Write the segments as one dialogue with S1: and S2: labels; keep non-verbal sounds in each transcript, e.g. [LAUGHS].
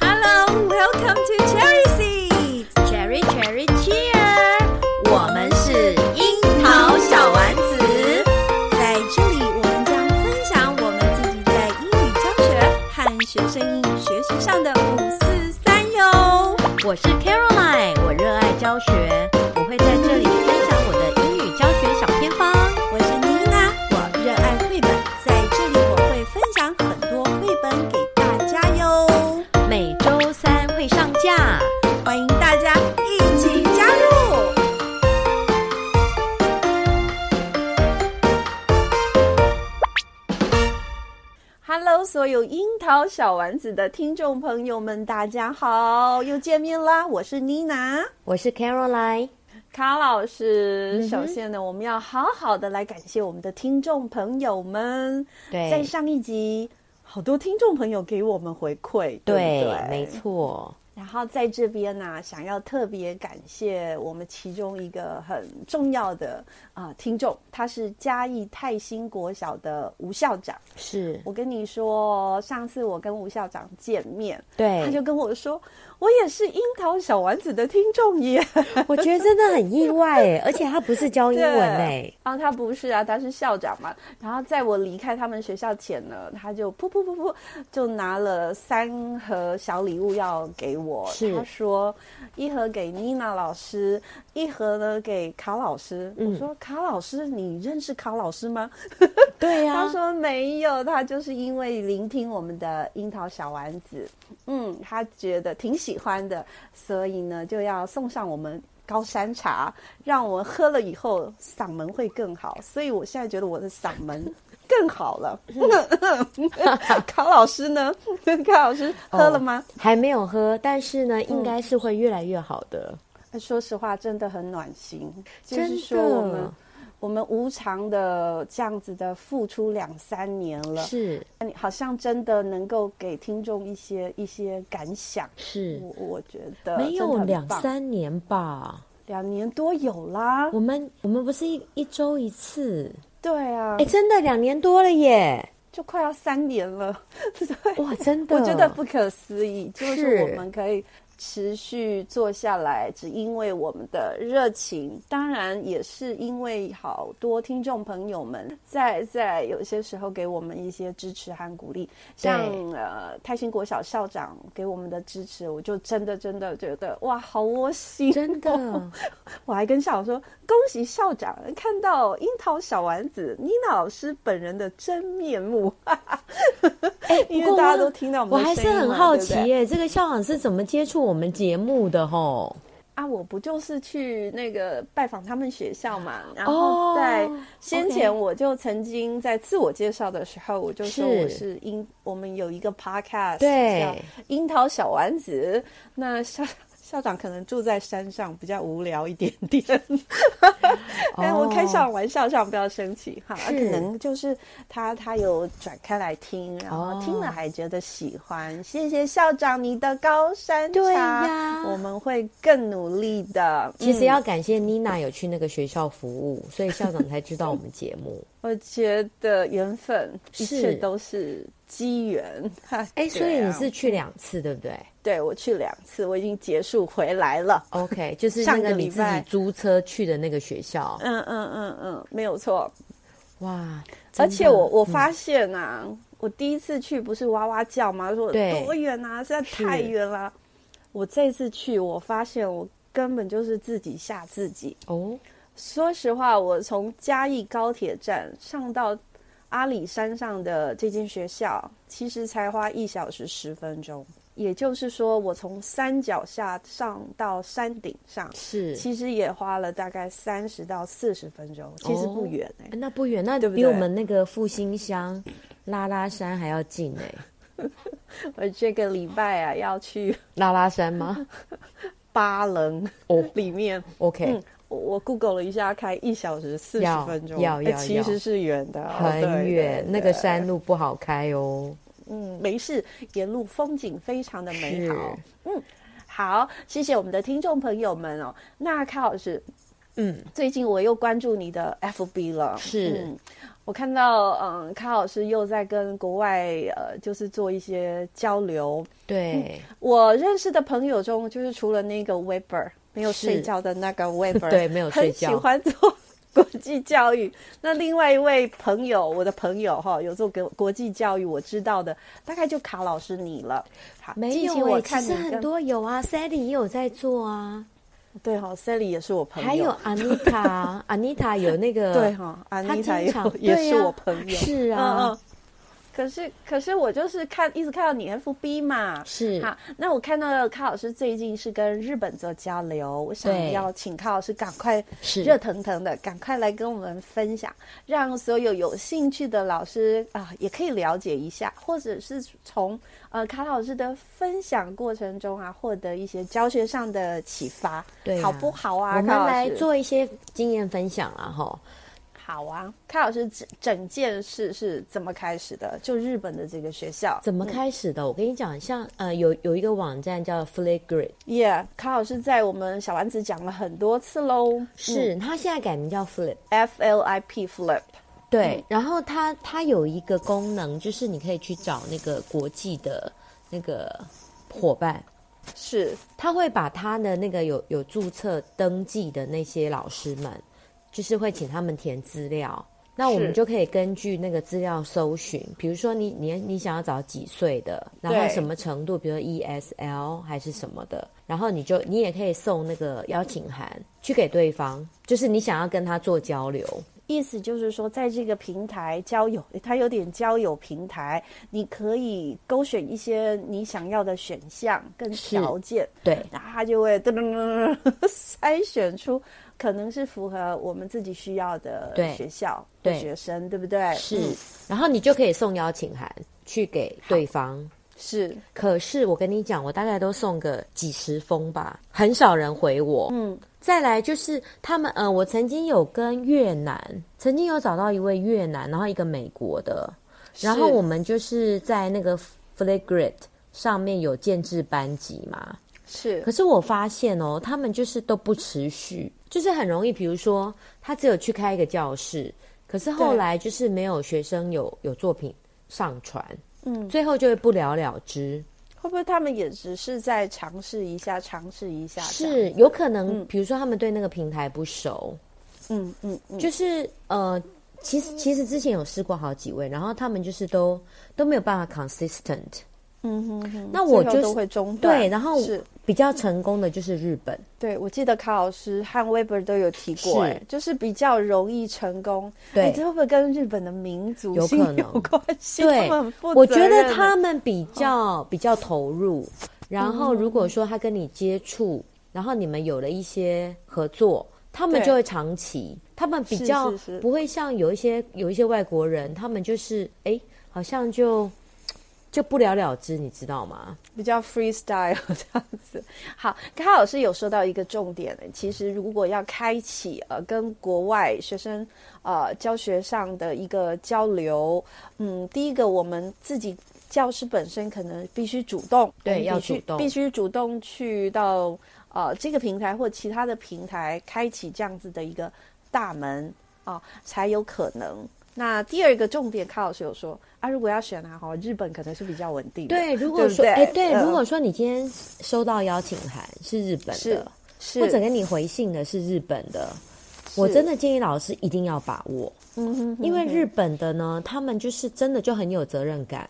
S1: Welcome, welcome to Cherry Seeds.
S2: Cherry Cherry Cheer，我们是樱桃
S1: 桃
S2: 小
S1: 小
S2: 丸
S1: 丸
S2: 子
S1: 子。在这里，我们将分享我们自己在英语教学和学生英语学习上的五四三哟。
S2: 我是 Caroline，我热爱教学，我会在这里分享我的英语教学小偏方。
S1: 我是妮娜，我热爱绘本，在这里我会分享很多绘本给大家哟。
S2: 每周三会上架。
S1: 欢迎大家一起加入。Hello，所有樱桃小丸子的听众朋友们，大家好，又见面啦！我是妮娜，
S2: 我是 Caroline，
S1: 卡老师。首先呢，我们要好好的来感谢我们的听众朋友们。
S2: 对
S1: 在上一集，好多听众朋友给我们回馈，对
S2: 对，
S1: 不对
S2: 没错，
S1: 然后在这边呢、想要特别感谢我们其中一个很重要的啊、呃听众，他是嘉义泰兴国小的吴校长。
S2: 是，
S1: 我跟你说，上次我跟吴校长见面，
S2: 对，
S1: 他就跟我说，我也是樱桃小丸子的听众耶。
S2: [LAUGHS] 我觉得真的很意外 [LAUGHS] 哎，而且他不是教英文哎
S1: 对，然后他不是啊，他是校长嘛。然后在我离开他们学校前呢，他就噗噗噗噗就拿了三盒小礼物要给我。
S2: 是
S1: 他说一盒给妮娜老师，一盒呢给卡老师。我说卡老师，你认识卡老师吗？
S2: 对啊呀、
S1: 他说没有，他就是因为聆听我们的樱桃小丸子，嗯，他觉得挺喜欢的，所以呢就要送上我们高山茶，让我喝了以后嗓门会更好。所以我现在觉得我的嗓门更好了。 [LAUGHS] 卡老师呢？卡老师喝了吗？
S2: 还没有喝，但是呢，应该是会越来越好的。
S1: 说实话，真的很暖心，就
S2: 真
S1: 是
S2: 的
S1: 说我们。我们无偿的这样子的付出两三年了，
S2: 是
S1: 你好像真的能够给听众一些一些感想，
S2: 是，
S1: 我我觉得
S2: 没
S1: 真的
S2: 有
S1: 很
S2: 两
S1: 棒
S2: 三年吧？
S1: 两年多有 [LAUGHS] 啦，
S2: 我们我们不是一一周一次？
S1: 对啊
S2: 哎、，真的两年多了耶！
S1: 就快要三年了， [LAUGHS] 对，
S2: 哇，真的，
S1: 我觉得不可思议，就是
S2: 是
S1: 我们可以持续做下来，只因为我们的热情，当然也是因为好多听众朋友们在在有些时候给我们一些支持和鼓励，像呃泰兴国小校长给我们的支持，我就真的真的觉得哇，好窝心，哦 [LAUGHS]
S2: 真的
S1: 我还跟校长说：“恭喜校长看到樱桃小丸子妮娜老师本人的真面目。
S2: 哎、
S1: 因为
S2: 不过
S1: 大家
S2: 我
S1: 都听到我们的
S2: 我还是
S1: 声音
S2: 很
S1: 嘛
S2: 好
S1: 对不
S2: 奇
S1: 对
S2: 耶，这个校长是怎么接触我们节目的？吼，”
S1: 啊，我不就是去那个拜访他们学校嘛？然
S2: 哦
S1: 后在
S2: OK
S1: 先前我就曾经在自我介绍的时候，我就说
S2: 是
S1: 我是樱，我们有一个 podcast
S2: 对
S1: 叫《樱桃小丸子》。那校校长可能住在山上，比较无聊一点点。 [LAUGHS] 哎，我开校
S2: 哦
S1: 长玩笑，校长不要生气哈。啊可
S2: 是
S1: 能就是他他有转开来听，然后
S2: 哦
S1: 听了还觉得喜欢。谢谢校长你的高山茶，
S2: 对呀
S1: 我们会更努力的。
S2: 其实
S1: 嗯
S2: 要感谢妮娜有去那个学校服务，所以校长才知道我们节目。
S1: 嗯我觉得缘分，一切
S2: 是
S1: 都是机缘。哈
S2: 哎、所以
S1: [LAUGHS] 对啊
S2: 你是去两次，对不对
S1: 对我去两次，我已经结束回来了。 [LAUGHS]
S2: ？OK，就是
S1: 上
S2: 那个
S1: 个
S2: 你
S1: 礼
S2: 自己
S1: 拜
S2: 租车去的那个学校。
S1: 嗯嗯嗯嗯，没有错。
S2: 哇，
S1: 而
S2: 真
S1: 且
S2: 的嗯
S1: 我我发现啊，我第一次去不是哇哇叫吗？说
S2: 对
S1: 多远啊，实在太远了。我这次去，我发现我根本就是自己吓自己。
S2: 哦，
S1: 说实话，我从嘉义高铁站上到阿里山上的这间学校，其实才花一小时十分钟。也就是说，我从山脚下上到山顶上，
S2: 是，
S1: 其实也花了大概三十到四十分钟，其实不
S2: 哦
S1: 远 [LAUGHS] 哎、
S2: 那不远，那
S1: 不
S2: 比
S1: 对
S2: 我们那个复兴乡拉拉山还要近哎、
S1: 我这个礼拜啊要去
S2: 拉拉山吗
S1: [LAUGHS] 巴冷
S2: 哦
S1: [LAUGHS] 里面，
S2: ？OK，、
S1: 嗯，我我 Google 了一下，开一小时四十
S2: 要
S1: 分钟，
S2: 要
S1: 哎
S2: 要
S1: 其
S2: 要
S1: 实是远的，哦对
S2: 很远，那个，山
S1: 对
S2: 路不好开哦。
S1: 对嗯，没事，沿路风景非常的美嗯
S2: 是
S1: 好，好，谢谢我们的听众朋友们哦。那卡老师，
S2: 嗯，
S1: 最近我又关注你的 FB 了，
S2: 是
S1: 嗯我看到嗯，卡老师又在跟国外呃，就是做一些交流。
S2: 对，
S1: 我认识的朋友中，就是除了那个 Weber 没有
S2: 是
S1: 睡觉的那个 Weber，
S2: [LAUGHS] 对没有睡觉
S1: 很喜欢做国际教育。那另外一位朋友，我的朋友哈、有做国国际教育，我知道的大概就卡老师你了。好，
S2: 没
S1: 近期
S2: 有
S1: 我
S2: 欸
S1: 看
S2: 其
S1: 你
S2: 实很
S1: 跟
S2: 多有啊，Sally 也有在做啊，
S1: 对哈、s a l l y 也是我朋友，
S2: 还有
S1: [LAUGHS]
S2: Anita，Anita 有那个
S1: 对哈、安
S2: 他
S1: 妮塔
S2: 经
S1: 也
S2: 常
S1: 也
S2: 对
S1: 是
S2: 啊
S1: 我朋友，
S2: 是啊
S1: 嗯嗯。可是可是我就是看一直看到你 FB 嘛，
S2: 是
S1: 好，那我看到卡老师最近是跟日本做交流，我
S2: 对
S1: 想邀请卡老师赶快
S2: 是
S1: 热腾腾的，赶快来跟我们分享，让所有有兴趣的老师啊、也可以了解一下，或者是从呃卡老师的分享过程中啊，获得一些教学上的启发，
S2: 对啊
S1: 好不好啊？
S2: 我们
S1: 卡老师
S2: 来做一些经验分享啊，哈。
S1: 好啊，卡老师整整件事是怎么开始的？就日本的这个学校
S2: 怎么开始的？我跟你讲，像呃，有有一个网站叫 Flickr，
S1: ？Yeah，卡老师在我们小丸子讲了很多次喽，
S2: 是、它现在改名叫 Flip。
S1: F L I P Flip。
S2: 对，然后它它有一个功能，就是你可以去找那个国际的那个伙伴，
S1: 是
S2: 他会把他的那个有有注册登记的那些老师们，就是会请他们填资料。那我们
S1: 是
S2: 就可以根据那个资料搜寻，比如说你你你想要找几岁的，然后
S1: 对
S2: 什么程度，比如说 ESL 还是什么的，然后你就你也可以送那个邀请函去给对方，就是你想要跟他做交流。
S1: 意思就是说，在这个平台交友，它有点交友平台，你可以勾选一些你想要的选项跟条件，
S2: 对，
S1: 然后它就会噔噔噔噔噔 [LAUGHS] 筛选出可能是符合我们自己需要的
S2: 对
S1: 学校或
S2: 对
S1: 学生，对不对？
S2: 是，
S1: 嗯
S2: 然后你就可以送邀请函去给对方。
S1: 是，
S2: 可是我跟你讲，我大概都送个几十封吧，很少人回我。
S1: 嗯，
S2: 再来就是他们，呃，我曾经有跟越南，曾经有找到一位越南，然后一个美国的，然后
S1: 是
S2: 我们就是在那个 Flickr 上面有建制班级嘛，
S1: 是
S2: 可是我发现哦，他们就是都不持续，就是很容易，比如说他只有去开一个教室，可是后
S1: 对
S2: 来就是没有学生有有作品上传，
S1: 嗯
S2: 最后就会不了了之。
S1: 会不会他们也只是在尝试一下，尝试一下这样？
S2: 是有可能，比如说他们对那个平台不熟，
S1: 嗯嗯嗯，
S2: 就是呃，其实其实之前有试过好几位，然后他们就是都都没有办法 consistent。
S1: 嗯哼哼，
S2: 那我
S1: 最后
S2: 就是
S1: 都会中断。
S2: 对，然后
S1: 是
S2: 比较成功的就是日本，
S1: 对，我记得卡老师和 Weber 都有提过，
S2: 是
S1: 哎，就是比较容易成功。
S2: 对
S1: 哎这会不会跟日本的民族
S2: 有
S1: 性
S2: 可能
S1: 有关系？
S2: 对
S1: 他们很负责
S2: 我觉
S1: 任哦
S2: 得
S1: 哎
S2: 他们比较、比较投入，然后如果说他跟你接触，然后你们有了一些合作，他们
S1: 对
S2: 就会长期，他们比
S1: 是
S2: 较
S1: 是是
S2: 不会像有一些有一些外国人，他们就是哎，好像就就不了了之，你知道吗？
S1: 比较 freestyle 这样子。好，卡老师有说到一个重点，其实如果要开启呃跟国外学生呃教学上的一个交流，嗯，第一个我们自己。教师本身可能必须主动，
S2: 对
S1: 我们必
S2: 要
S1: 须
S2: 主动
S1: 必须主动去到呃这个平台或其他的平台开启这样子的一个大门啊、才有可能。那第二个重点，卡老师有说啊，如果要选啊，哈，日本可能是比较稳定的，
S2: 对，
S1: 对
S2: 如果
S1: 不
S2: 说
S1: 对
S2: 哎，对，
S1: 嗯
S2: 如果说你今天收到邀请函是日本
S1: 是
S2: 的，
S1: 是
S2: 或者给你回信的是日本的，我真的建议老师一定要把握。
S1: 嗯哼哼
S2: 因为日本的呢，他们就是真的就很有责任感，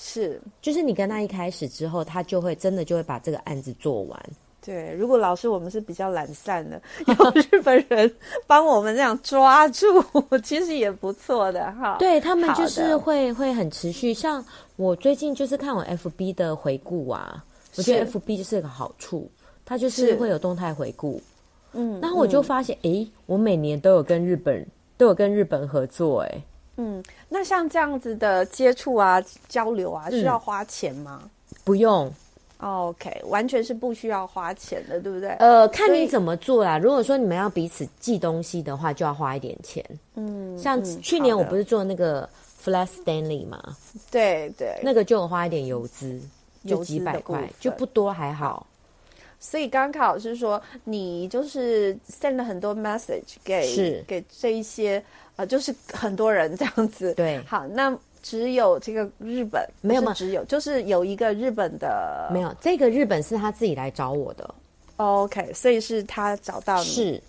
S1: 是
S2: 就是你跟他一开始之后，他就会真的就会把这个案子做完。
S1: 对。如果老师我们是比较懒散的， [LAUGHS] 有日本人帮我们这样抓住， [LAUGHS] 其实也不错的哈。
S2: 对他们
S1: 好
S2: 就
S1: 的
S2: 是会会很持续。像我最近就是看我 FB 的回顾啊，我觉得
S1: 是
S2: FB 就是个好处，它就是
S1: 是
S2: 会有动态回顾。
S1: 嗯，
S2: 然后我就发现，诶，我每年都有跟日本都有跟日本合作、诶，
S1: 嗯，那像这样子的接触啊、交流啊，
S2: 嗯
S1: 需要花钱吗、
S2: 不用，
S1: o k 完全是不需要花钱的，对不对？
S2: 呃，看
S1: 所
S2: 你
S1: 以
S2: 怎么做啦。如果说你们要彼此寄东西的话，就要花一点钱。
S1: 嗯，
S2: 像
S1: 嗯
S2: 去年
S1: 好
S2: 我
S1: 的
S2: 不是做那个 Flat Stanley 嘛，
S1: 对对，
S2: 那个就有花一点油资，就
S1: 油
S2: 几
S1: 资的
S2: 百
S1: 部
S2: 块
S1: 分，
S2: 就不多还好。
S1: 所以刚刚老师说，你就是 send 了很多 message 给
S2: 是
S1: 给这一些呃，就是很多人这样子。
S2: 对
S1: 好，那只有这个日本
S2: 没有
S1: 不
S2: 没
S1: 是
S2: 有
S1: 只有就是有一个日本的哦
S2: 没有，这个日本是他自己来找我的，
S1: OK，所以是他找到你。
S2: 是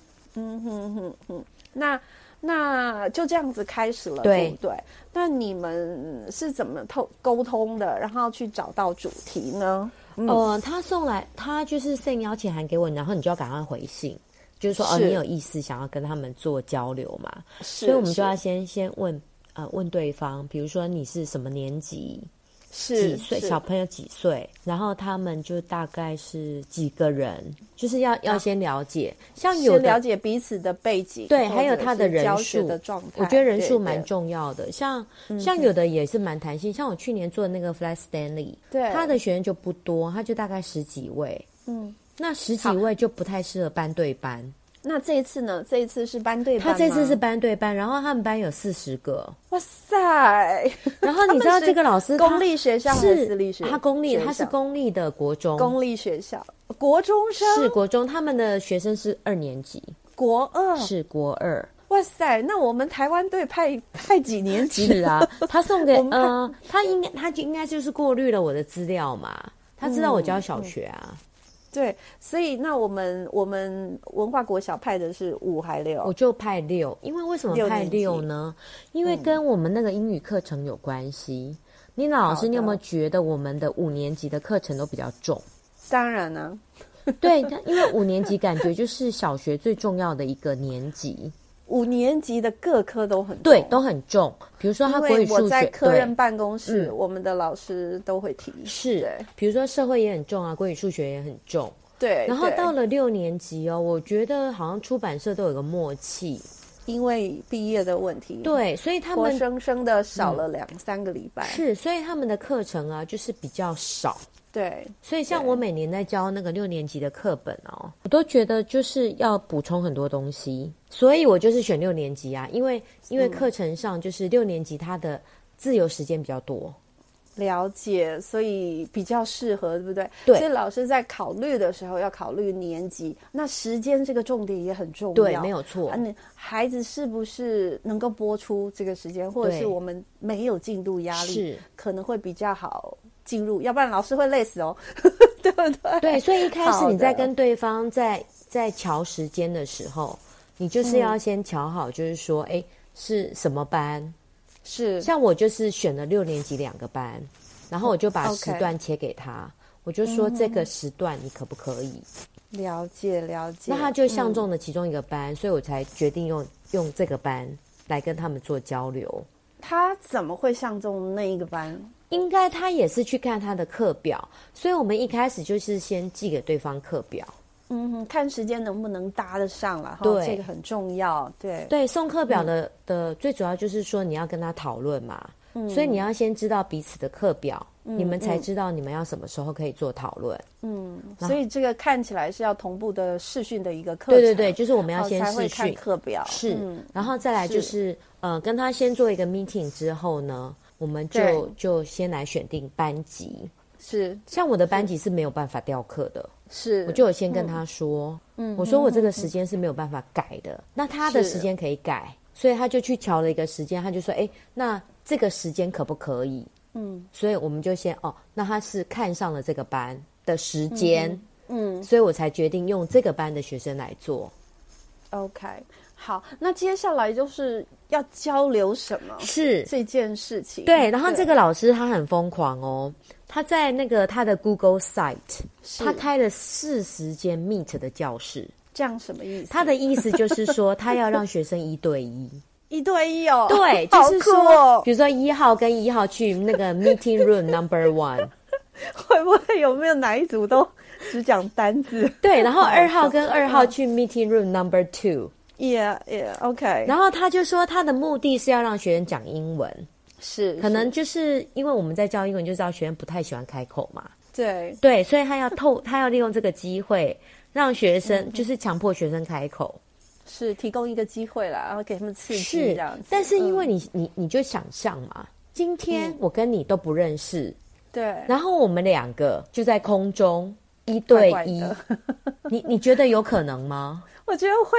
S1: 那那就这样子开始了，
S2: 对
S1: 不对？那你们是怎么透沟通的，然后去找到主题呢？
S2: 呃，他送来，他就是 send 邀请函给我，然后你就要赶快回信，就是说，哦，
S1: 是
S2: 你有意思想要跟他们做交流嘛，
S1: 所
S2: 所以我们就要
S1: 是
S2: 先先问，呃，问对方，比如说你是什么年级，
S1: 是
S2: 几岁，
S1: 是
S2: 小朋友几岁，然后他们就大概是几个人，就是要要先了解，像有
S1: 啊先
S2: 的
S1: 了解彼此的背景，
S2: 对，
S1: 或
S2: 还有
S1: 者
S2: 他
S1: 是
S2: 的人
S1: 教学
S2: 数
S1: 的状态，
S2: 我觉得人
S1: 对
S2: 数
S1: 对嗯
S2: 蛮重要的。像像有的也是蛮弹性，像我去年做的那个 Flat Stanley，
S1: 对
S2: 他的学员就不多，他就大概十几位。
S1: 嗯，
S2: 那十几位就不太适合班对班。
S1: 那这一次呢？这一次是班对班
S2: 他
S1: 吗，
S2: 这次是班对班，然后他们班有四十个。
S1: 哇塞，[LAUGHS]
S2: 然后你知道
S1: 是
S2: 这个老师他
S1: 公立学校还
S2: 是
S1: 私立学？
S2: 他公立，
S1: 学
S2: 他是
S1: 校
S2: 公立的国中，
S1: 公立学校，国中生
S2: 是国中，他们的学生是二年级，
S1: 国二，
S2: 是国二。
S1: 哇塞，那我们台湾队派派几年级
S2: 是啊，他送给
S1: [LAUGHS] 我们看
S2: 呃，他应该他就应该就是过滤了我的资料嘛，他知道我教小学啊，
S1: 嗯对，所以那我们我们文化国小派的是五还
S2: 我
S1: 六，
S2: 就派六，因为为什么
S1: 六
S2: 派
S1: 年级嗯
S2: 六呢？因为跟我们那个英语课程有关系。妮娜老
S1: 好
S2: 师，你有没有
S1: 的
S2: 觉得我们的五年级的课程都比较重？ [LAUGHS]
S1: 当然呢、
S2: 对，它因为五年级感觉就是小学最重要的一个年
S1: [LAUGHS]
S2: 级，
S1: 五年级的各科都很
S2: 对，
S1: 重
S2: 都很重。比如说他
S1: 因
S2: 国语、
S1: 为
S2: 数
S1: 我在
S2: 学，
S1: 科
S2: 对
S1: 任办公室，
S2: 嗯
S1: 我们的老师都会提，
S2: 是
S1: 对，
S2: 比如说社会也很重啊，国语、数学也很重。
S1: 对，
S2: 然后
S1: 哎对
S2: 到了六年级哦，我觉得好像出版社都有个默契，
S1: 因为毕业的问题，，
S2: 对，所以他
S1: 活
S2: 们嗯
S1: 生生的少了两三个礼拜，
S2: 是，所以他们的课程啊就是比较少。
S1: 对，
S2: 所以像
S1: 对
S2: 我每年在教那个六年级的课本哦，我都觉得就是要补充很多东西，所以我就是选六年级啊，
S1: 嗯
S2: 因为因为课程上就是六年级他的自由时间比较多，
S1: 了解，所以比较适合，对不对？
S2: 对
S1: 所以老师在考虑的时候要考虑年级，那时间这个重点也很重要，
S2: 对，没有错
S1: 啊，，你孩子是不是能够播出这个时间，或者
S2: 对
S1: 是我们没有进度压力，
S2: 是。
S1: 可能会比较好进入，要不然老师会累死哦，对不对？
S2: 对，所以一开始
S1: 好
S2: 你在
S1: 的
S2: 跟对方在在瞧时间的时候，你就是要
S1: 嗯
S2: 先瞧好，就是说，哎、是什么班？
S1: 是
S2: 像我就是选了六年级两个班，然后我就把
S1: 哦 OK 嗯
S2: 时段切给他，我就说这个时段你可不可以？
S1: 了解了解。嗯
S2: 那他就相中了其中一个班，所以我才决定用用这个班来跟他们做交流。
S1: 他怎么会相中那一个班？
S2: 应该他也是去看他的课表，所以我们一开始就是先寄给对方课表。
S1: 嗯哼，看时间能不能搭得上了哈，
S2: 对
S1: 这个很重要。对，
S2: 对，送课
S1: 嗯
S2: 表的、的最主要就是说你要跟他讨论嘛，
S1: 嗯
S2: 所以你要先知道彼此的课表，你们才知道你们要什么时候可以做讨论。
S1: 嗯所以这个看起来是要同步的视讯的一个课程，
S2: 对对对，就是我们
S1: 哦
S2: 要先
S1: 才
S2: 试
S1: 会看
S2: 训，
S1: 课表。
S2: 是，
S1: 嗯
S2: 然后再来就是呃，跟他先做一个 meeting 之后呢，我们就
S1: 对
S2: 就先来选定班级。
S1: 是
S2: 像我的班级是没有办法调课的，
S1: 是，
S2: 我就有先跟他说，嗯，我说我这个时间是没有办法改的，那他的
S1: 是
S2: 时间可以改，所以他就去瞧了一个时间，他就说，哎、那这个时间可不可以？嗯，所以我们就先哦，那他是看上了这个班的时间，
S1: 嗯
S2: 所以我才决定用这个班的学生来做。
S1: 嗯 OK，好，那接下来就是要交流什么
S2: 是，
S1: 这件事情。
S2: 对。然后这个老师他很疯狂哦，他在那个他的 Google site，
S1: 是
S2: 他开了四十间 Meet 的教室。
S1: 这样什么意思？
S2: 他的意思就是说，他要让学生一对一。
S1: 一对一哦，
S2: [LAUGHS] 对，
S1: [LAUGHS]
S2: 就
S1: 好
S2: 是
S1: 酷
S2: 说，
S1: 哦，
S2: 比如说一号跟一号去那个 meeting room number one，
S1: [LAUGHS] 会不会有没有哪一组都只讲单字？ [LAUGHS]
S2: 对，然后
S1: 好
S2: 二号跟二号去 meeting room number two，
S1: ，Yeah Yeah，OK，、
S2: 然后他就说他的目的是要让学生讲英文，
S1: 是
S2: 可能就是因为我们在教英文，就知道学生不太喜欢开口嘛，
S1: 是对，
S2: 对，所以他要
S1: [LAUGHS]
S2: 透，他要利用这个机会让学
S1: 嗯
S2: 生，就是强迫学生开口。
S1: 是提供一个机会啦，然后给他们刺激
S2: 是
S1: 这样子。，
S2: 但是因为
S1: 嗯、
S2: 你、你你就想象嘛，今天我跟你都不认识，
S1: 对，
S2: 然后我们两个就在空中。一对
S1: 怪
S2: 一
S1: 的，
S2: [LAUGHS] 你你觉得有可能
S1: [LAUGHS]
S2: 吗？
S1: 我觉得会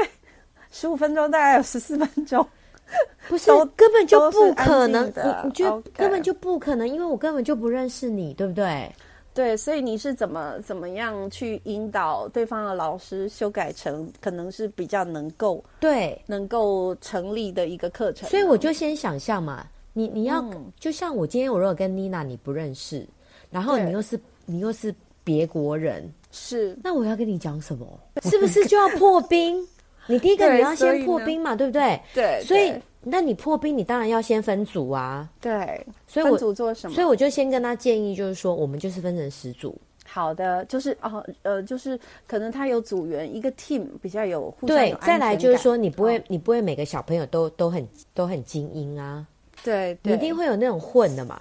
S1: 十五分钟，大概有十四分钟。
S2: 不是
S1: 都，
S2: 根本就
S1: 都是
S2: 不可
S1: 安静
S2: 能，
S1: 的
S2: 你你觉得
S1: OK
S2: 根本就不可能，因为我根本就不认识你，对不对？
S1: 对，所以你是怎么怎么样去引导对方的老师修改成可能是比较能够
S2: 对，
S1: 能够成立的一个课程呢？
S2: 所以我就先想象嘛，你你要、
S1: 嗯
S2: 就像我今天我如果跟妮娜你不认识，然后
S1: 对
S2: 你又是你又是别国人，
S1: 是
S2: 那我要跟你讲什么？是不是就要破冰？你第一个
S1: 对
S2: 你要
S1: 所以
S2: 先
S1: 呢
S2: 破冰嘛，对不对？
S1: 对，
S2: 所以
S1: 对
S2: 那你破冰，你当然要先分组啊。
S1: 对，
S2: 所以
S1: 分
S2: 我
S1: 组做什么？
S2: 所以我就先跟他建议，就是说我们就是分成十组，
S1: 好的，就是哦，呃，就是可能他有组员一个 team 比较有互相有
S2: 对，
S1: 安
S2: 再来就是
S1: 全
S2: 说
S1: 感
S2: 你不会、
S1: 哦
S2: 你不会每个小朋友都都很都很精英啊，
S1: 对，
S2: 你
S1: 对
S2: 一定会有那种混的嘛，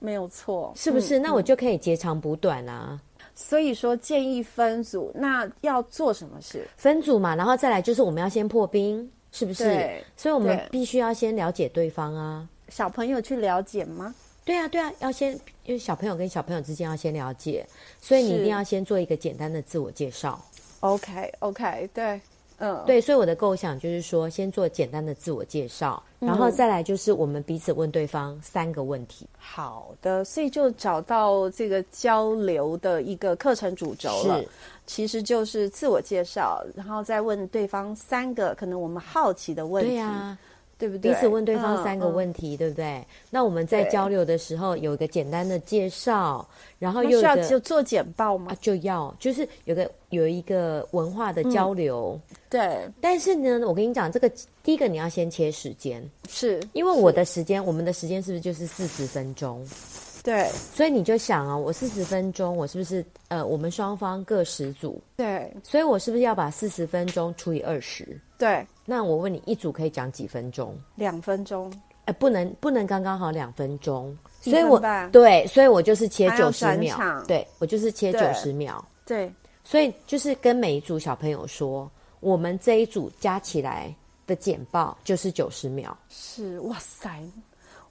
S1: 没有错，
S2: 是不
S1: 嗯
S2: 是？那我就可以截长补短啊，
S1: 所以说建议分组，那要做什么事？
S2: 分组嘛，然后再来就是我们要先破冰，是不是
S1: 对？
S2: 所以我们
S1: 对
S2: 必须要先了解对方啊。
S1: 小朋友去了解吗？
S2: 对啊，对啊，要先因为小朋友跟小朋友之间要先了解，所以你
S1: 是
S2: 一定要先做一个简单的自我介绍。
S1: OK OK，对，嗯，
S2: 对，所以我的构想就是说，先做简单的自我介绍，
S1: 嗯
S2: 然后再来就是我们彼此问对方三个问题。
S1: 好的，所以就找到这个交流的一个课程主轴了
S2: 是。
S1: 其实就是自我介绍，然后再问对方三个可能我们好奇的问题，
S2: 对呀、
S1: 对不对？嗯
S2: 彼此问对方三个
S1: 题，
S2: 问题，对不对？那我们在
S1: 对
S2: 交流的时候有一个简单的介绍，然后
S1: 那
S2: 又有
S1: 需
S2: 一
S1: 要
S2: 个
S1: 就做简报吗
S2: 啊？就要就是有个有一个文化的交流。
S1: 嗯对，
S2: 但是呢，我跟你讲，这个第一个你要先切时间，
S1: 是
S2: 因为我的时间，我们的时间是不是就是四十分钟？
S1: 对
S2: 所以你就想啊，我四十分钟，我是不是呃，我们双方各十组，
S1: 对
S2: 所以我是不是要把四十分钟除以二十？
S1: 对，
S2: 那我问你，一组可以讲几分钟？
S1: 两分钟
S2: 哎、不能不能刚刚好两分钟，
S1: 一
S2: 所以
S1: 分
S2: 我
S1: 半
S2: 对，所以我就是切
S1: 还要
S2: 九十
S1: 转
S2: 秒
S1: 场，
S2: 对我就是切
S1: 对
S2: 九十秒，
S1: 对。
S2: 所以就是跟每一组小朋友说，我们这一组加起来的简报就是九十秒，
S1: 是，哇塞，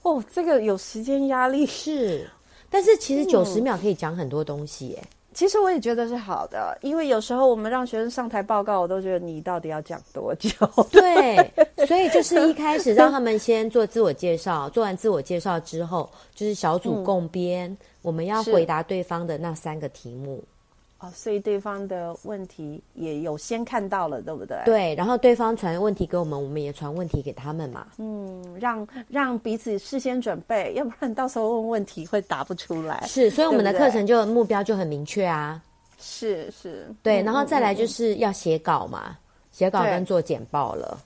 S1: 哦，这个有时间压力。
S2: 是，但是其
S1: 嗯
S2: 实九十秒可以讲很多东西耶、
S1: 其实我也觉得是好的，因为有时候我们让学生上台报告，我都觉得你到底要讲多
S2: [LAUGHS]
S1: 久？
S2: 对，所以就是一开始让他们先做自我介绍，做完自我介绍之后，就是小组共编，我们要
S1: 是
S2: 回答对方的那三个题目。
S1: 哦，所以对方的问题也有先看到了，对不对？，
S2: 对，然后对方传问题给我们，我们也传问题给他们嘛。
S1: 嗯，让让彼此事先准备，要不然到时候问问题会答不出来。
S2: 是，所以我们的
S1: 对不对
S2: 课程就目标就很明确啊。
S1: 是是，
S2: 对，
S1: 嗯
S2: 然后再来就
S1: 嗯嗯
S2: 是要写稿嘛，写稿
S1: 对
S2: 跟做简报了。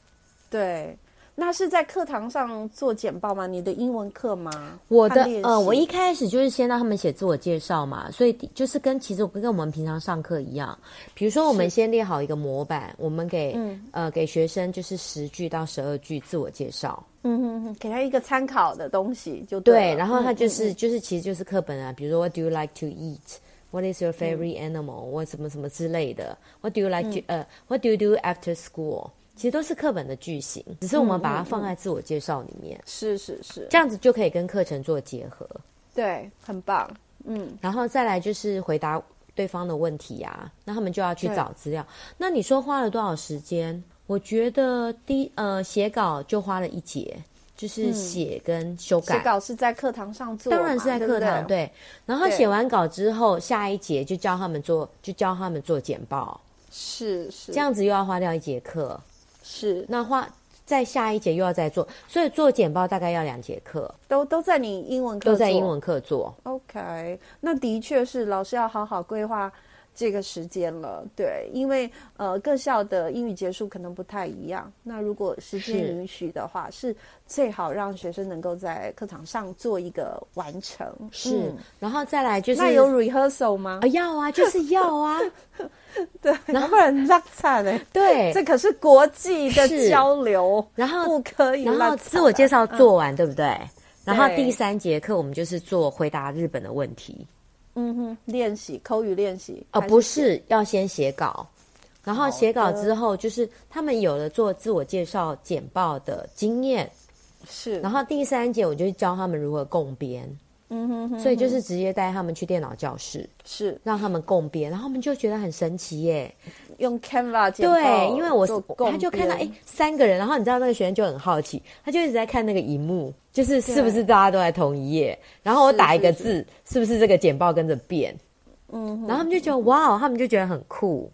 S1: 对。那是在课堂上做简报吗？你的英文课吗？
S2: 我的
S1: 和练
S2: 呃，
S1: 习
S2: 我一开始就是先让他们写自我介绍嘛，所以第就是跟其实我跟我们平常上课一样，比如说我们先列好一个模板，我们给、
S1: 嗯
S2: 呃给学生就是十句到十二句自我介绍，
S1: 嗯哼哼，给他一个参考的东西就
S2: 对，
S1: 了
S2: 然后他
S1: 嗯
S2: 就
S1: 嗯
S2: 是、就是其实就是课本啊，比如说 What do you like to eat? What is your favorite
S1: 嗯
S2: animal? 我什么什么之类的。What do you like to 呃、What do you do after school? 其实都是课本的句型，只是我
S1: 嗯
S2: 们把它放在自我介绍里面，
S1: 是是是
S2: 这，样子就可以跟课程做结合。
S1: 对，很棒。
S2: 然后再来就是回答对方的问题啊，那他们就要去
S1: 对
S2: 找资料。那你说花了多少时间？我觉得第呃写稿就花了一节，就是写跟修
S1: 嗯
S2: 改。
S1: 写稿是在课堂上做嘛，
S2: 当然是在课堂
S1: 对不对。
S2: 然后
S1: 对
S2: 写完稿之后，下一节就教他们做，就教他们做简报，
S1: 是是
S2: 这样子又要花掉一节课。
S1: 是，
S2: 那花再下一节又要再做，所以做简报大概要两节课，
S1: 都都在你英文课
S2: 都在
S1: 做
S2: 英。文课做。
S1: OK，那的确是老师要好好规划这个时间了，对，因为呃各校的英语结束可能不太一样。那如果时间
S2: 是
S1: 允许的话，是最好让学生能够在课堂上做一个完成。
S2: 是，
S1: 嗯
S2: 然后再来就是
S1: 那有 rehearsal 吗
S2: 啊？要啊，就是要
S1: [LAUGHS]
S2: 啊，
S1: 对，要 [LAUGHS] 不然
S2: [LAUGHS]
S1: 很惨哎。
S2: 对。
S1: 这可是国际的
S2: 是
S1: 交流，
S2: 然后
S1: 不可以
S2: 然后
S1: 乱
S2: 自我介
S1: 吵
S2: 绍
S1: 的，
S2: 做完，对不对？然后
S1: 对
S2: 第三节课我们就是做回答日本的问题
S1: 嗯哼，练习口语练习
S2: 哦，
S1: 还
S2: 不是要先写稿，然后写稿
S1: 好的
S2: 之后就是他们有了做自我介绍简报的经验，
S1: 是，
S2: 然
S1: 后
S2: 后第三节我就教他们如何共编，
S1: 嗯哼哼，
S2: 所以就是直接带他们去电脑教室，
S1: 是
S2: 让他们共编，然后他们就觉得很神奇耶。
S1: 用 Canva 剪
S2: 对，
S1: 报
S2: 因为我
S1: 做
S2: 他就看
S1: 共
S2: 到哎
S1: 编
S2: 三个人，然后你知道那个学生就很好奇，他就一直在看那个荧幕，就是是不是大家都在同一页，然后我
S1: 是
S2: 打一个
S1: 是
S2: 字，是不是这个简报跟着变？
S1: 嗯哼，
S2: 然后他们就觉得哇哦，他们就觉得很酷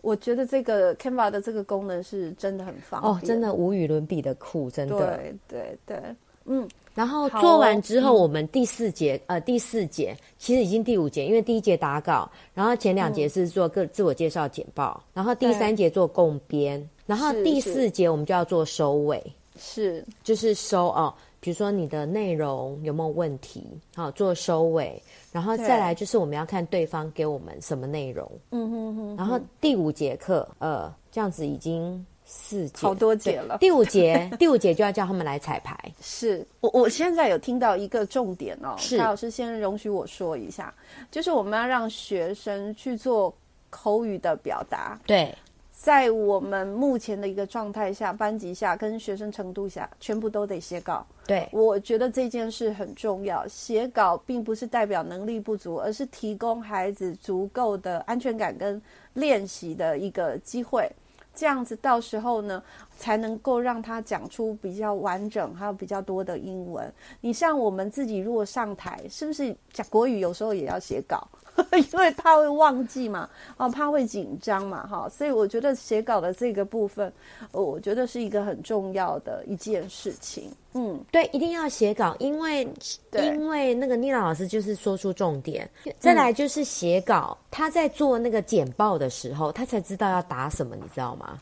S1: 我觉得这个 Canva 的这个功能是真的很方便
S2: 哦，真的无与伦比的酷，真的。
S1: 对对对，嗯，
S2: 然后
S1: 好
S2: 做
S1: 哦
S2: 完之后，我们第四节、呃第四节其实已经第五节，因为第一节打稿，然后前两节是做个自我介绍简报，然后第
S1: 嗯对
S2: 三节做共编，然后
S1: 是
S2: 第
S1: 是
S2: 四节我们就要做收尾，
S1: 是
S2: 就是收哦，比如说你的内容有没有问题，好、做收尾，然后
S1: 对
S2: 再来就是我们要看对方给我们什么内容，
S1: 嗯哼哼，
S2: 然后第五节课呃这样子已经四节
S1: 好多节
S2: 对
S1: 了
S2: 第五节 [LAUGHS] 第五节就要叫他们来彩排，
S1: 是我我现在有听到一个重点哦，
S2: 是
S1: 蔡老师先容许我说一下，就是我们要让学生去做口语的表达，
S2: 对。
S1: 在我们目前的一个状态下，班级下跟学生程度下，全部都得写稿。
S2: 对，
S1: 我觉得这件事很重要。写稿并不是代表能力不足，而是提供孩子足够的安全感跟练习的一个机会。这样子到时候呢，才能够让他讲出比较完整，还有比较多的英文。你像我们自己如果上台，是不是讲国语有时候也要写稿？ [LAUGHS] 因为怕会忘记嘛，哦，怕会紧张嘛，哈，所以我觉得写稿的这个部分，呃我觉得是一个很重要的一件事情。嗯，
S2: 对，一定要写稿，因为
S1: 对嗯
S2: 因为那个妮娜老师就是说出重点，再来就是写稿，他在做那个简报的时候，他才知道要打什么，你知道吗？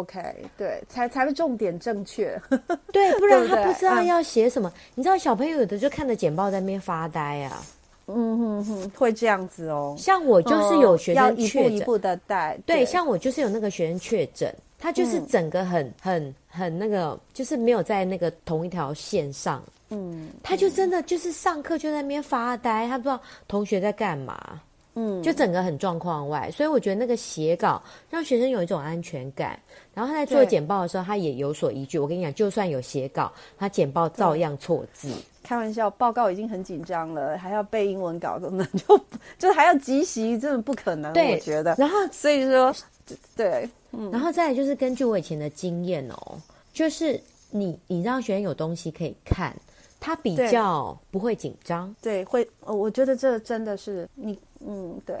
S1: OK，对，才才会重点正确。 [LAUGHS]
S2: 对，不然
S1: 对不
S2: 他
S1: 对
S2: 不知道
S1: 嗯
S2: 要写什么。你知道小朋友有的就看着简报在那边发呆啊，
S1: 嗯哼哼，会这样子哦。
S2: 像我就是有学
S1: 要
S2: 生
S1: 一
S2: 确
S1: 步
S2: 诊，
S1: 一步的带，
S2: 对，像我就是有那个学生确诊，他就是整个很、很很那个，就是没有在那个同一条线上，
S1: 嗯
S2: 他就真的就是上课就在那边发呆，他不知道同学在干嘛。
S1: 嗯，
S2: 就整个很状况外，所以我觉得那个写稿让学生有一种安全感，然后他在做
S1: 对
S2: 简报的时候，他也有所依据。我跟你讲，就算有写稿，他简报照样错字。
S1: 开玩笑，报告已经很紧张了，还要背英文稿，根本 [LAUGHS] 就就是还要即席，真的不可能。
S2: 对，
S1: 我觉得， [LAUGHS]
S2: 然后，
S1: 所以说，对，
S2: 然后再来就是根据我以前的经验哦，就是你你让学生有东西可以看，他比
S1: 对
S2: 较不会紧张，
S1: 对，会，呃我觉得这真的是你，嗯，对，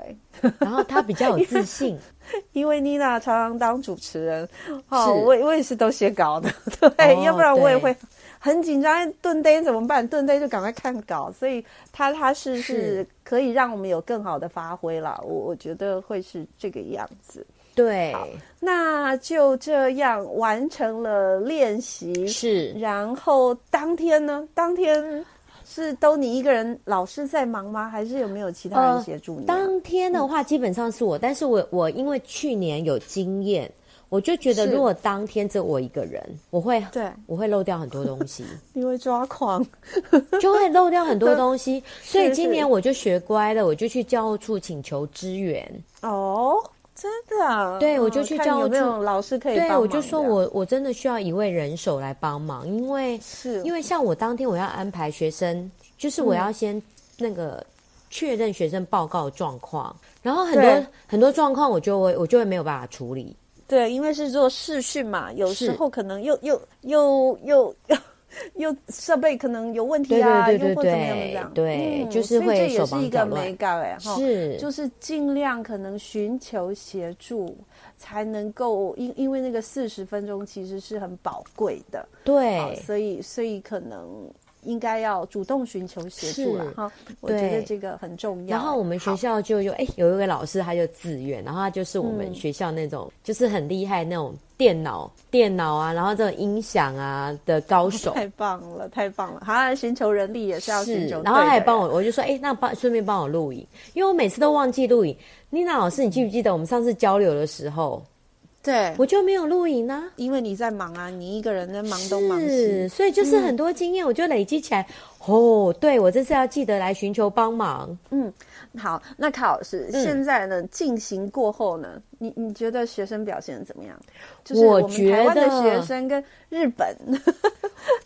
S2: 然后他比较有自信。
S1: [LAUGHS] 因为妮娜常常当主持人，
S2: 是
S1: 哦，我也我也是都写稿的， [LAUGHS] 对，
S2: 哦
S1: 要不然我也
S2: 对
S1: 会很紧张。哎顿呆怎么办？顿呆就赶快看稿，所以他他是
S2: 是
S1: 是可以让我们有更好的发挥啦。我我觉得会是这个样子。
S2: 对，
S1: 那就这样完成了练习，
S2: 是
S1: 然后当天呢？当天是都你一个人，老师在忙吗？还是有没有其他人
S2: 呃
S1: 协助你啊、
S2: 当天的话，基本上是我，但是我我因为去年有经验，我就觉得
S1: 是
S2: 如果当天只有我一个人，我会
S1: 对
S2: 我会漏掉很多东西，
S1: 你会抓狂，
S2: 就会漏掉很多
S1: [LAUGHS]
S2: 东西。所以
S1: 是
S2: 今年我就学乖了，我就去教务处请求支援。
S1: 哦，真的、啊？
S2: 对我就
S1: 嗯
S2: 去
S1: 看
S2: 教
S1: 有没
S2: 助
S1: 有老师可以帮
S2: 对，
S1: 忙
S2: 我就说
S1: 这样
S2: 我我真的需要一位人手来帮忙，因为
S1: 是为
S2: 因为像我当天我要安排学生，就是我
S1: 嗯
S2: 要先那个确认学生报告状况，然后很
S1: 对
S2: 多很多状况我就会我就会没有办法处理。
S1: 对，因为是做视讯嘛，有时
S2: 是
S1: 候可能又又又又又设备可能有问题
S2: 对
S1: 啊，
S2: 对
S1: 又
S2: 对
S1: 或
S2: 对
S1: 怎么样
S2: 对
S1: 这样，
S2: 对
S1: 嗯
S2: 就是
S1: 所以
S2: 会
S1: 这也
S2: 手
S1: 是
S2: 忙
S1: 一
S2: 脚
S1: 个
S2: 乱
S1: 美感哎哈，
S2: 是
S1: 就是尽量可能寻求协助，才能够因因为那个四十分钟其实是很宝贵的，好
S2: 对，
S1: 所以所以可能。应该要主动寻求协助了
S2: 是
S1: 哈，我觉得
S2: 对
S1: 这个很重要。
S2: 然后我们学
S1: 好
S2: 校就有哎、有一位老师他就自愿，然后他就是我们
S1: 嗯
S2: 学校那种、就是很厉害那种电脑电脑啊，然后这种音响啊的高手。
S1: 太棒了，太棒了！好，啊寻求人力也是要寻求，对
S2: 是
S1: 的人，
S2: 然后他还帮我，我就说，哎、那帮顺便帮我录影，因为我每次都忘记录影。妮娜老师，你记不记得我们上次交流的时候，
S1: 对，
S2: 我就没有录影啊。
S1: 因为你在忙啊，你一个人在忙东忙
S2: 是，
S1: 西。嗯
S2: 所以就是很多经验，我就累积起来。哦，对我这次要记得来寻求帮忙。
S1: 好，那卡老师，
S2: 嗯
S1: 现在呢进行过后呢，你你觉得学生表现得怎么样？就是
S2: 我
S1: 们
S2: 觉
S1: 台湾的
S2: 得
S1: 学生跟日本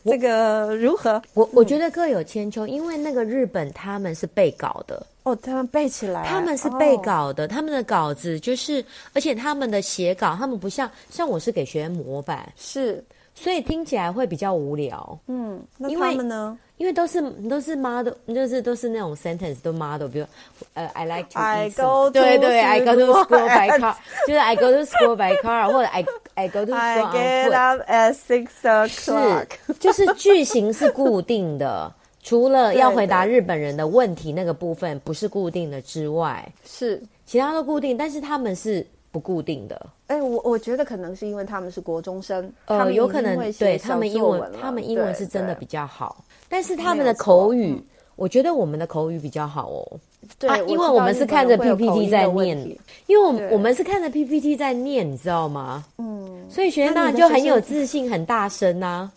S1: 这个如何？
S2: 我我觉得各有千秋，因为那个日本他们是被稿的，
S1: 哦，他们背起来，
S2: 他们是被
S1: 哦，
S2: 稿的，他们的稿子就是，而且他们的写稿，他们不像像我是给学员模板，
S1: 是，
S2: 所以听起来会比较无聊，
S1: 嗯，那
S2: 因为
S1: 他们呢
S2: 因为都是都是 model，就是都是那种 sentence 都 model，比如呃 I like to
S1: I
S2: eat some-
S1: go to
S2: 对对 I go to
S1: school
S2: school by
S1: at-
S2: car，就是 I go to school by car，或者 I I go to
S1: ？I
S2: school on
S1: get
S2: foot。
S1: up at six
S2: 是
S1: o'clock。，
S2: [LAUGHS] 就是句型是固定的，除了要回答
S1: 对
S2: 日本人的问题那个部分不是固定的之外，
S1: 是，
S2: 其他都固定，但是他们是不固定的。
S1: 哎、我我觉得可能是因为他们是国中生，他
S2: 呃，
S1: 们
S2: 有
S1: 已
S2: 可
S1: 经
S2: 能
S1: 会写
S2: 对
S1: 小
S2: 他们英
S1: 作
S2: 文
S1: 了，
S2: 他们英文
S1: 对
S2: 是真的
S1: 对
S2: 比较好，但是他
S1: 没
S2: 们
S1: 有
S2: 的口
S1: 错嗯
S2: 语，我觉得我们的口语比较好哦。
S1: 对、
S2: 啊因为我们是看着 PPT 在念，因为我
S1: 对
S2: 们我们是看着 PPT 在念，你知道吗？
S1: 嗯，
S2: 所以学生
S1: 那
S2: 当
S1: 你的
S2: 然就
S1: 学
S2: 很有
S1: 生
S2: 自信，很大声呐、